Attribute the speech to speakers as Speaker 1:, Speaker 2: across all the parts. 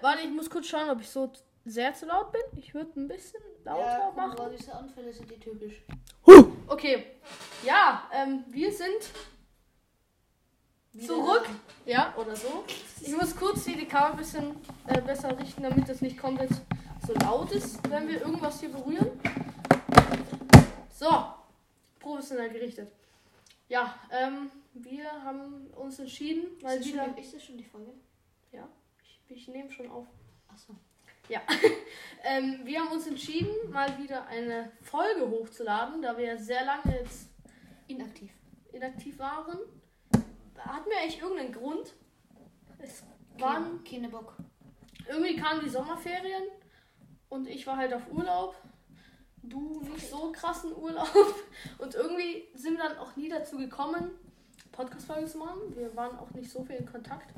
Speaker 1: Warte, ich muss kurz schauen, ob ich so sehr zu laut bin. Ich würde ein bisschen lauter
Speaker 2: ja,
Speaker 1: machen.
Speaker 2: machen. diese Anfälle sind die typisch.
Speaker 1: Okay. Ja, ähm, wir sind zurück. Ja, oder so. Ich muss kurz hier die Kamera ein bisschen äh, besser richten, damit das nicht komplett so laut ist, wenn wir irgendwas hier berühren. So, professionell gerichtet. Ja, ähm, wir haben uns entschieden, mal
Speaker 2: ist, das
Speaker 1: wieder.
Speaker 2: schon, die- ist das schon die Folge?
Speaker 1: Ja, ich, ich nehme schon auf.
Speaker 2: Achso.
Speaker 1: Ähm, wir haben uns entschieden, mal wieder eine Folge hochzuladen, da wir ja sehr lange jetzt
Speaker 2: Inaktiv.
Speaker 1: inaktiv waren. Hatten wir eigentlich irgendeinen Grund? Es waren,
Speaker 2: Wann? Keine Bock.
Speaker 1: irgendwie kamen die Sommerferien und ich war halt auf Urlaub. Du nicht so krassen Urlaub. Und irgendwie sind wir dann auch nie dazu gekommen, Podcast-Folgen zu machen. Wir waren auch nicht so viel in Kontakt.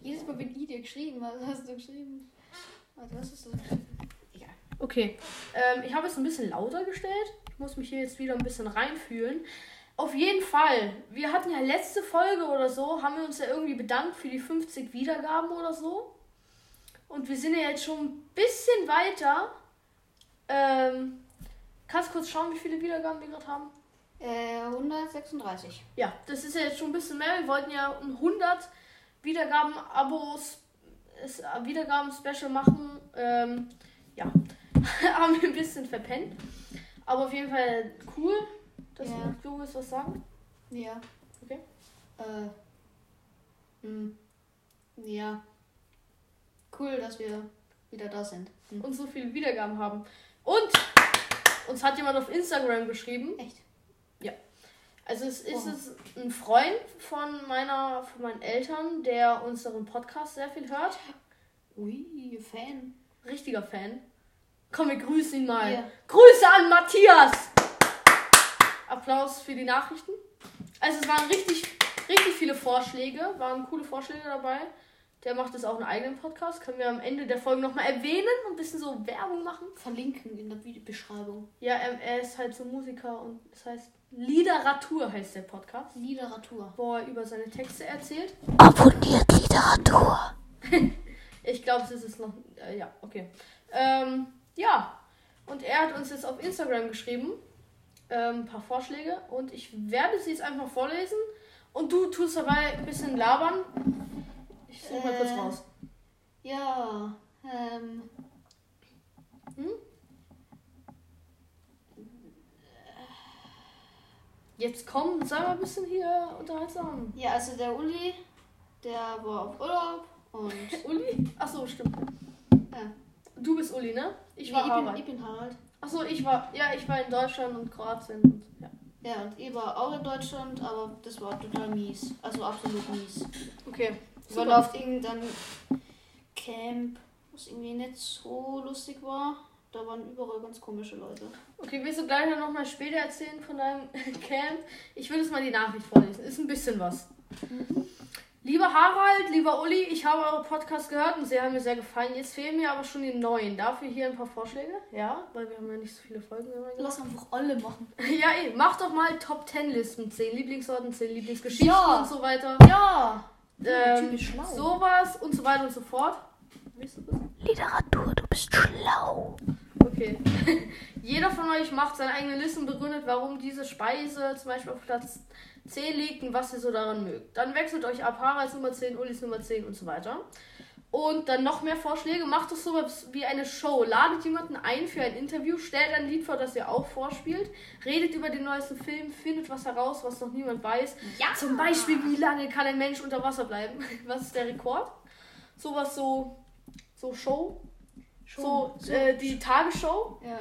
Speaker 2: Jedes Mal, wenn ich dir geschrieben was hast du geschrieben? Also, was ist das? Egal.
Speaker 1: Okay, ähm, ich habe es ein bisschen lauter gestellt. Ich muss mich hier jetzt wieder ein bisschen reinfühlen. Auf jeden Fall, wir hatten ja letzte Folge oder so, haben wir uns ja irgendwie bedankt für die 50 Wiedergaben oder so. Und wir sind ja jetzt schon ein bisschen weiter. Ähm, kannst kurz schauen, wie viele Wiedergaben wir gerade haben?
Speaker 2: Äh, 136.
Speaker 1: Ja, das ist ja jetzt schon ein bisschen mehr. Wir wollten ja ein 100 Wiedergaben, Abos, es- äh, Wiedergaben-Special machen. Ähm, ja, haben wir ein bisschen verpennt. Aber auf jeden Fall cool, dass
Speaker 2: Ja.
Speaker 1: du willst was sagen.
Speaker 2: Ja.
Speaker 1: Okay.
Speaker 2: Äh. Hm. Ja. Cool, dass wir wieder da sind. Hm.
Speaker 1: Und so viele Wiedergaben haben. Und uns hat jemand auf Instagram geschrieben.
Speaker 2: Echt?
Speaker 1: Also es ist
Speaker 2: Oh.
Speaker 1: es ein Freund von meiner, von meinen Eltern, der unseren Podcast sehr viel hört.
Speaker 2: Ui, Fan.
Speaker 1: Richtiger Fan. Komm, wir grüßen ihn mal.
Speaker 2: Ja.
Speaker 1: Grüße an Matthias! Applaus für die Nachrichten. Also es waren richtig, richtig viele Vorschläge, waren coole Vorschläge dabei. Der macht jetzt auch einen eigenen Podcast. Können wir am Ende der Folge nochmal erwähnen und ein bisschen so Werbung machen.
Speaker 2: Verlinken in der Videobeschreibung.
Speaker 1: Ja, ähm, er ist halt so Musiker und es heißt Liederatur heißt der Podcast,
Speaker 2: Literatur.
Speaker 1: wo er über seine Texte erzählt.
Speaker 3: Abonniert Literatur.
Speaker 1: Ich glaube, es ist es noch. Äh, ja, okay. Ähm, ja, und er hat uns jetzt auf Instagram geschrieben. ähm, Ein paar Vorschläge. Und ich werde sie jetzt einfach vorlesen. Und du tust dabei ein bisschen labern. Ich suche mal kurz
Speaker 2: Äh.
Speaker 1: raus.
Speaker 2: Ja. Ähm.
Speaker 1: Jetzt komm, sei mal ein bisschen hier unterhaltsam.
Speaker 2: Ja, also der Uli, der war auf Urlaub und.
Speaker 1: Uli? Achso, stimmt.
Speaker 2: Ja.
Speaker 1: Du bist Uli, ne? Ich war
Speaker 2: Nee, ich, bin,
Speaker 1: Harald.
Speaker 2: ich bin Harald.
Speaker 1: Achso, ich war. Ja, ich war in Deutschland und Kroatien. Und, ja.
Speaker 2: Ja, und ich war auch in Deutschland, aber das war total mies. Also absolut mies.
Speaker 1: Okay.
Speaker 2: Wir waren auf irgendeinem Camp, was irgendwie nicht so lustig war. Da waren überall ganz komische Leute.
Speaker 1: Okay, willst du gleich noch mal später erzählen von deinem Camp? Ich will jetzt mal die Nachricht vorlesen. Ist ein bisschen was. Lieber Harald, lieber Uli, ich habe eure Podcasts gehört und sie haben mir sehr gefallen. Jetzt fehlen mir aber schon die neuen. Dafür hier ein paar Vorschläge? Ja, weil wir haben ja nicht so viele Folgen. immer gemacht.
Speaker 2: Lass einfach alle machen.
Speaker 1: Ja, ey, mach doch mal Top 10 Listen. 10 Lieblingsorten, 10 Lieblingsgeschichten
Speaker 2: Ja.
Speaker 1: und so weiter.
Speaker 2: Ja!
Speaker 1: Ähm,
Speaker 2: typisch schlau.
Speaker 1: sowas und so weiter und so fort. Willst du das?
Speaker 3: Literatur, du bist schlau.
Speaker 1: Okay. Jeder von euch macht seine eigene Liste und begründet, warum diese Speise zum Beispiel auf Platz 10 liegt und was ihr so daran mögt. Dann wechselt euch ab Haralds Nummer 10, Ulis Nummer 10 und so weiter. Und dann noch mehr Vorschläge. Macht es so was wie eine Show. Ladet jemanden ein für ein Interview, stellt ein Lied vor, das ihr auch vorspielt, redet über den neuesten Film, findet was heraus, was noch niemand weiß.
Speaker 2: Ja!
Speaker 1: Zum Beispiel, wie lange kann ein Mensch unter Wasser bleiben? Was ist der Rekord? Sowas so, so Show. So, äh, die Tagesshow.
Speaker 2: Ja.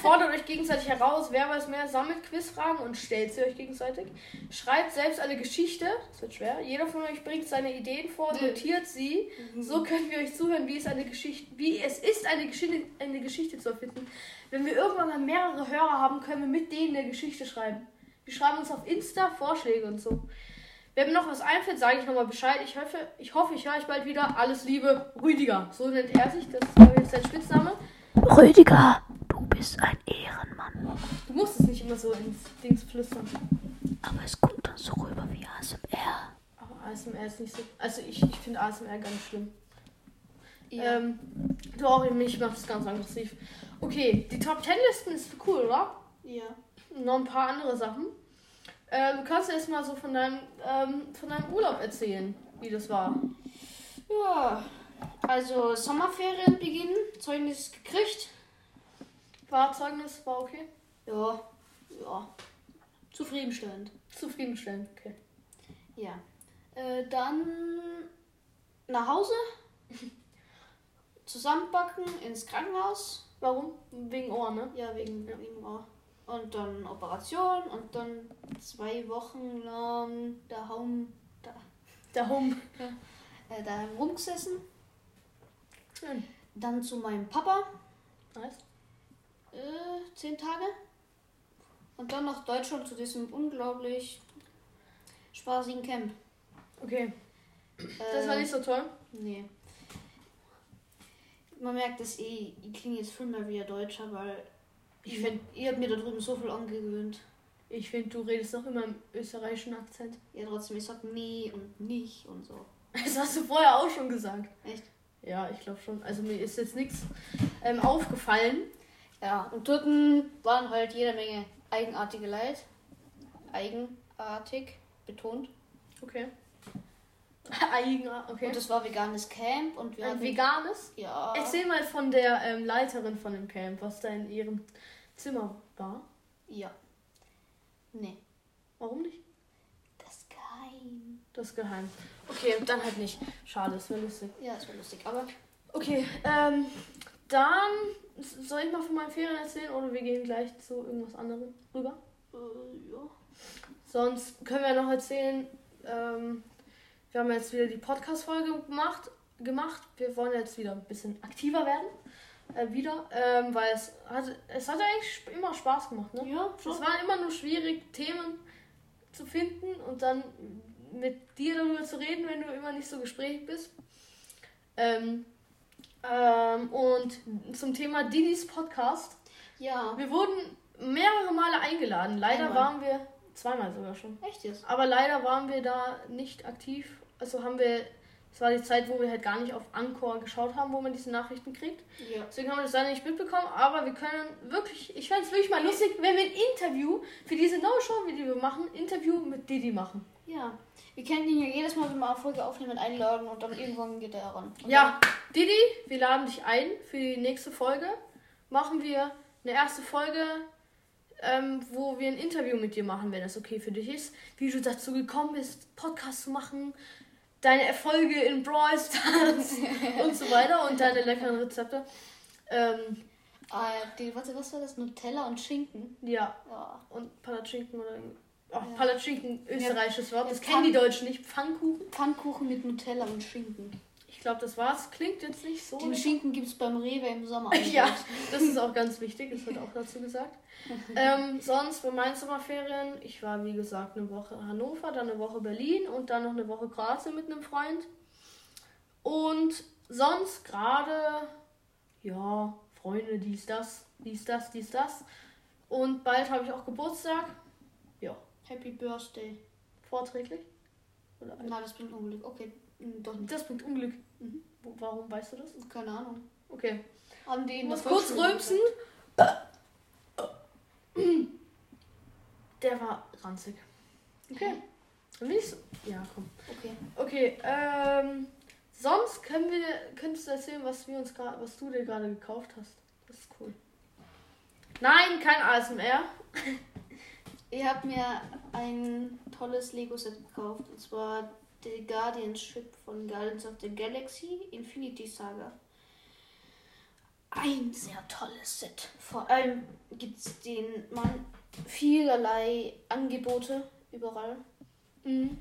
Speaker 1: Fordert euch gegenseitig heraus, wer weiß mehr, sammelt Quizfragen und stellt sie euch gegenseitig. Schreibt selbst eine Geschichte, das wird schwer. Jeder von euch bringt seine Ideen vor,
Speaker 2: Nö.
Speaker 1: notiert sie. So können wir euch zuhören, wie es eine Geschichte, wie es ist, eine Geschichte, eine Geschichte zu erfinden. Wenn wir irgendwann mal mehrere Hörer haben, können wir mit denen eine Geschichte schreiben. Wir schreiben uns auf Insta Vorschläge und so. Wenn mir noch was einfällt, sage ich nochmal Bescheid. Ich hoffe, ich hoffe, ich höre euch bald wieder. Alles Liebe, Rüdiger. So nennt er sich, das ist jetzt sein Spitzname.
Speaker 3: Rüdiger, du bist ein Ehrenmann.
Speaker 1: Du musst es nicht immer so ins Dings flüstern.
Speaker 3: Aber es kommt dann so rüber wie ASMR.
Speaker 1: Aber ASMR ist nicht so. Also ich, ich finde ASMR ganz schlimm.
Speaker 2: Ja.
Speaker 1: Ähm, du auch, mich macht das ganz aggressiv. Okay, die Top 10 Listen ist cool, oder?
Speaker 2: ja.
Speaker 1: Noch ein paar andere Sachen. Ähm, du kannst erst mal so von deinem, ähm, von deinem Urlaub erzählen, wie das war.
Speaker 2: Ja. Also Sommerferien beginnen, Zeugnis gekriegt.
Speaker 1: War Zeugnis, war okay?
Speaker 2: Ja. Ja. Zufriedenstellend.
Speaker 1: Zufriedenstellend, okay.
Speaker 2: Ja. Äh, dann nach Hause. Zusammenpacken ins Krankenhaus.
Speaker 1: Warum? Wegen Ohr, ne?
Speaker 2: Ja, wegen,
Speaker 1: Ja.
Speaker 2: wegen Ohr. Und dann Operation und dann zwei Wochen lang daheim, da,
Speaker 1: Der Home.
Speaker 2: äh, daheim rumgesessen.
Speaker 1: Schön.
Speaker 2: Dann zu meinem Papa,
Speaker 1: Nice.
Speaker 2: äh, zehn Tage. Und dann nach Deutschland zu diesem unglaublich spaßigen Camp.
Speaker 1: Okay. Das war
Speaker 2: Ähm,
Speaker 1: nicht so toll.
Speaker 2: Nee. Man merkt dass eh, ich klinge jetzt viel mehr wie ein Deutscher, weil ich
Speaker 1: Mhm.
Speaker 2: finde, ihr habt mir da drüben so viel angewöhnt.
Speaker 1: Ich finde, du redest noch immer im österreichischen Akzent.
Speaker 2: Ja, trotzdem, ich sag nee und nicht und so.
Speaker 1: Das hast du vorher auch schon gesagt.
Speaker 2: Echt?
Speaker 1: Ja, ich glaube schon. Also mir ist jetzt nichts ähm, aufgefallen.
Speaker 2: Ja, und Türken waren halt jede Menge eigenartige Leid. Eigenartig betont.
Speaker 1: Okay. Eigen, okay.
Speaker 2: Und es war veganes Camp und wir
Speaker 1: Ein
Speaker 2: hatten.
Speaker 1: veganes.
Speaker 2: ja.
Speaker 1: Erzähl mal von der ähm, Leiterin von dem Camp, was da in ihrem Zimmer war.
Speaker 2: Ja. Nee.
Speaker 1: Warum nicht?
Speaker 2: Das ist geheim.
Speaker 1: Das ist geheim. Okay, dann halt nicht. Schade, ist wäre lustig.
Speaker 2: Ja, das war lustig, aber.
Speaker 1: Okay, ähm, dann soll ich mal von meinen Ferien erzählen oder wir gehen gleich zu irgendwas anderem rüber.
Speaker 2: Äh, ja.
Speaker 1: Sonst können wir noch erzählen, ähm, wir haben jetzt wieder die Podcast-Folge gemacht, gemacht. Wir wollen jetzt wieder ein bisschen aktiver werden. Äh, wieder, ähm, weil es hat, es hat eigentlich sp- immer Spaß gemacht. Ne?
Speaker 2: Ja,
Speaker 1: Es war immer nur schwierig, Themen zu finden und dann mit dir darüber zu reden, wenn du immer nicht so gesprächig bist. Ähm, ähm, und zum Thema Didis Podcast.
Speaker 2: Ja.
Speaker 1: Wir wurden mehrere Male eingeladen. Leider
Speaker 2: Einmal.
Speaker 1: waren wir zweimal sogar schon.
Speaker 2: Echt jetzt?
Speaker 1: Aber leider waren wir da nicht aktiv. Also haben wir, es war die Zeit, wo wir halt gar nicht auf Anchor geschaut haben, wo man diese Nachrichten kriegt.
Speaker 2: Ja.
Speaker 1: Deswegen haben wir das leider nicht mitbekommen. Aber wir können wirklich, ich fände es wirklich mal lustig, wenn wir ein Interview für diese No-Show, die wir machen, Interview mit Didi machen.
Speaker 2: Ja. Wir kennen ihn ja jedes Mal, wenn wir eine Folge aufnehmen und einladen und dann irgendwann geht er ran. Und
Speaker 1: Ja, Didi, wir laden dich ein für die nächste Folge. Machen wir eine erste Folge, ähm, wo wir ein Interview mit dir machen, wenn das okay für dich ist. Wie du dazu gekommen bist, Podcast zu machen, deine Erfolge in Brawl Stars und so weiter und deine leckeren Rezepte. Ähm,
Speaker 2: Äh, die, warte, was war das? Nutella und Schinken.
Speaker 1: ja,
Speaker 2: Ja.
Speaker 1: und Palatschinken oder. Ach,
Speaker 2: Ja.
Speaker 1: Palatschinken, österreichisches Wort. Das
Speaker 2: Jetzt
Speaker 1: kennen die Deutschen nicht. Pfannkuchen.
Speaker 2: Pfannkuchen mit Nutella und Schinken.
Speaker 1: Ich glaube, das war's. Klingt jetzt nicht so.
Speaker 2: Den Schinken gibt es beim Rewe im Sommer.
Speaker 1: Ja, das ist auch ganz wichtig, das wird auch dazu gesagt. Ähm, sonst bei meinen Sommerferien, ich war wie gesagt eine Woche in Hannover, dann eine Woche Berlin und dann noch eine Woche Kroatien mit einem Freund. Und sonst gerade, ja, Freunde, dies, das, dies, das, dies, das. Und bald habe ich auch Geburtstag. Ja,
Speaker 2: Happy Birthday.
Speaker 1: vorträglich. Oder
Speaker 2: Nein, das bringt Unglück. Okay, hm, doch nicht.
Speaker 1: das bringt Unglück.
Speaker 2: Mhm.
Speaker 1: Wo- Warum weißt du das?
Speaker 2: Keine Ahnung.
Speaker 1: Okay.
Speaker 2: Haben die
Speaker 1: Ich
Speaker 2: in
Speaker 1: muss
Speaker 2: der
Speaker 1: kurz
Speaker 2: Volksschule
Speaker 1: rülpsen. Der war ranzig. Okay. Dann bin ich so. Ja, komm.
Speaker 2: gesagt? Okay.
Speaker 1: Okay, ähm. Sonst können wir, könntest du erzählen, was wir uns gerade, was du dir gerade gekauft hast. Das ist cool. Nein, kein ASMR.
Speaker 2: Ich habe mir ein tolles Lego-Set gekauft. Und zwar The Guardianship von Guardians of the Galaxy Infinity Saga. Ein sehr tolles Set. Vor allem gibt es den Mann vielerlei Angebote überall.
Speaker 1: Mhm,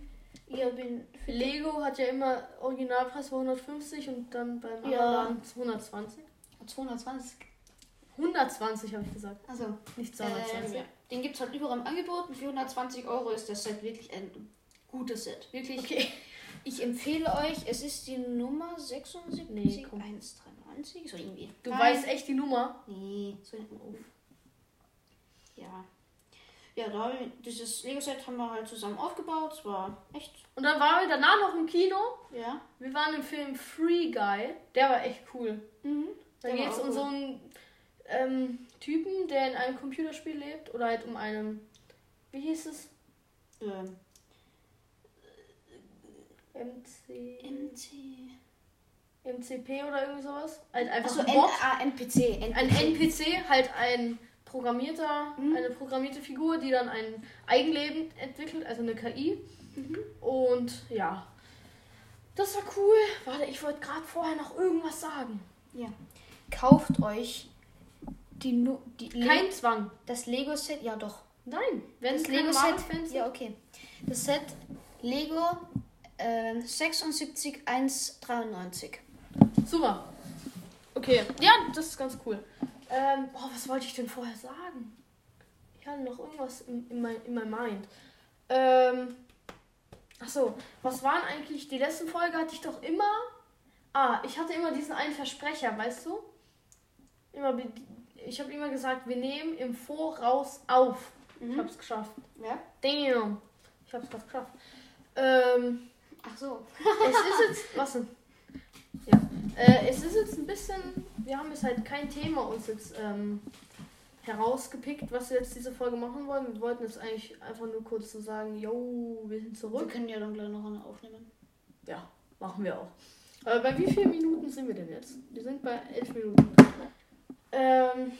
Speaker 2: Ich hab ihn für
Speaker 1: Lego hat ja immer Originalpreis war 150 und dann beim anderen
Speaker 2: Ja.
Speaker 1: Laden 120.
Speaker 2: 220.
Speaker 1: 120 habe ich gesagt,
Speaker 2: Also,
Speaker 1: nicht 220.
Speaker 2: ähm, ja. den gibt es halt überall im Angebot. Und für 120 Euro ist das Set wirklich ein gutes Set. Wirklich.
Speaker 1: Okay.
Speaker 2: Ich empfehle euch, es ist die Nummer 76
Speaker 1: Nee, komm.
Speaker 2: 193. So irgendwie.
Speaker 1: Du
Speaker 2: Nein.
Speaker 1: weißt echt die Nummer.
Speaker 2: Nee, so ein Ja. ja, da haben wir dieses Lego-Set haben wir halt zusammen aufgebaut. Es war echt,
Speaker 1: Und dann waren wir danach noch im Kino.
Speaker 2: ja.
Speaker 1: Wir waren im Film Free Guy. Der war echt cool.
Speaker 2: Mhm.
Speaker 1: Da
Speaker 2: Der war
Speaker 1: geht es
Speaker 2: auch
Speaker 1: um
Speaker 2: cool.
Speaker 1: so einen ähm, Typen, der in einem Computerspiel lebt. Oder halt um einen. Wie hieß es?
Speaker 2: Ähm,
Speaker 1: MC.
Speaker 2: MC.
Speaker 1: MCP oder irgendwie sowas. Halt einfach
Speaker 2: Achso,
Speaker 1: ein
Speaker 2: N
Speaker 1: Mob.
Speaker 2: ah, NPC. NPC.
Speaker 1: Ein NPC, halt ein programmierter,
Speaker 2: Mhm.
Speaker 1: eine programmierte Figur, die dann ein Eigenleben entwickelt, also eine KI.
Speaker 2: Mhm.
Speaker 1: Und ja, das war cool. Warte, ich wollte gerade vorher noch irgendwas sagen.
Speaker 4: Kauft euch die, Nu- die Le
Speaker 1: Kein Zwang.
Speaker 4: das Lego Set. Ja doch.
Speaker 1: Nein, wenn es
Speaker 4: Das
Speaker 1: keine
Speaker 4: Lego Set.
Speaker 1: Marvel-Fans
Speaker 4: Ja okay. Das Set Lego äh, 76 193.
Speaker 1: sind. Super. Okay, ja, das ist ganz cool. Ähm, boah, was wollte ich denn vorher sagen? Ich hatte noch irgendwas in, in, mein, in meinem Mind. Ähm, achso, was waren eigentlich die letzten Folge? Hatte ich doch immer. Ah, ich hatte immer diesen einen Versprecher, weißt du? Immer, be- ich habe immer gesagt, wir nehmen im Voraus auf. Ich
Speaker 2: Mhm.
Speaker 1: hab's geschafft.
Speaker 2: Ja.
Speaker 1: Damn. Ich hab's gerade geschafft. Ähm,
Speaker 2: Ach so.
Speaker 1: es ist jetzt. Was denn? Ja. Äh, es ist jetzt ein bisschen. Wir haben jetzt halt kein Thema uns jetzt ähm, herausgepickt, was wir jetzt diese Folge machen wollen. Wir wollten jetzt eigentlich einfach nur kurz so sagen, yo, wir sind
Speaker 2: Wir
Speaker 1: zurück.
Speaker 2: können ja dann gleich noch eine aufnehmen.
Speaker 1: Ja, machen wir auch. Aber bei wie vielen Minuten sind wir denn jetzt? Wir sind bei elf Minuten. Ähm.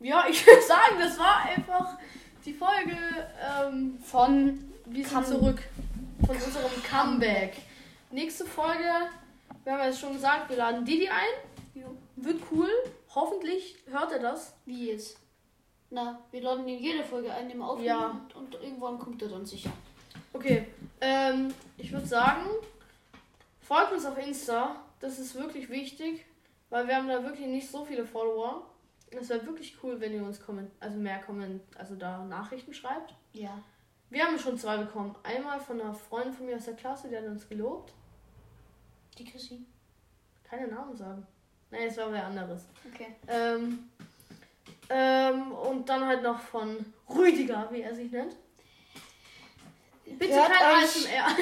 Speaker 1: Ja, ich würde sagen, das war einfach die Folge. Ähm,
Speaker 4: Von
Speaker 1: wir sind
Speaker 4: Come-
Speaker 1: zurück von unserem Comeback. Nächste Folge, wir haben ja schon gesagt, wir laden Didi ein.
Speaker 2: Jo.
Speaker 1: Wird cool. Hoffentlich hört er das.
Speaker 2: Wie jetzt? Na, wir laden ihn jede Folge ein, nehmen auf
Speaker 1: Ja.
Speaker 2: und, und irgendwann kommt er dann sicher.
Speaker 1: Okay, ähm, ich würde sagen, folgt uns auf Insta. Das ist wirklich wichtig, weil wir haben da wirklich nicht so viele Follower. Es wäre wirklich cool, wenn ihr uns kommen, also mehr kommen, also da Nachrichten schreibt.
Speaker 2: Ja.
Speaker 1: Wir haben schon zwei bekommen. Einmal von einer Freundin von mir aus der Klasse, die hat uns gelobt.
Speaker 2: Die Chrissy.
Speaker 1: Keine Namen sagen. Nee, es war wer anderes.
Speaker 2: Okay.
Speaker 1: Ähm, ähm, und dann halt noch von Rüdiger, wie er sich nennt. Bitte
Speaker 4: Hört
Speaker 1: kein
Speaker 4: euch-
Speaker 1: ASMR.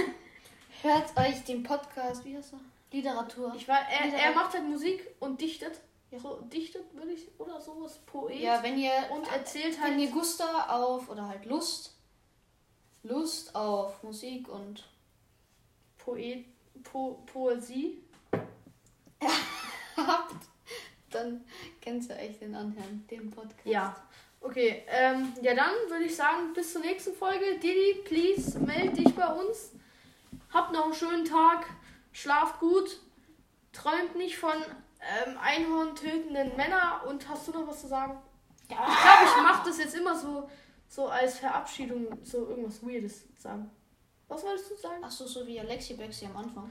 Speaker 4: hört euch den Podcast.
Speaker 2: Wie heißt er? Literatur.
Speaker 1: Ich war, er, er
Speaker 4: Literatur.
Speaker 1: macht halt Musik und dichtet. So, dichtet würde ich, oder sowas, Poet.
Speaker 2: ja, wenn ihr
Speaker 1: und erzählt
Speaker 2: wenn ihr
Speaker 1: halt.
Speaker 2: Gusta auf oder halt Lust Lust auf Musik und
Speaker 1: Poet, po, Poesie.
Speaker 2: habt, dann könnt ihr euch den anhören, den Podcast.
Speaker 1: Ja. Okay, ähm, ja dann würde ich sagen, bis zur nächsten Folge. Didi, please, meld dich bei uns. Habt noch einen schönen Tag. Schlaft gut. Träumt nicht von ähm, Einhorn tötenden Männern. Und hast du noch was zu sagen? Ich glaube, ich mache das jetzt immer so, so als Verabschiedung, so irgendwas Weirdes sagen. Was wolltest du sagen?
Speaker 2: Ach so, so wie Alexi Bexi am Anfang.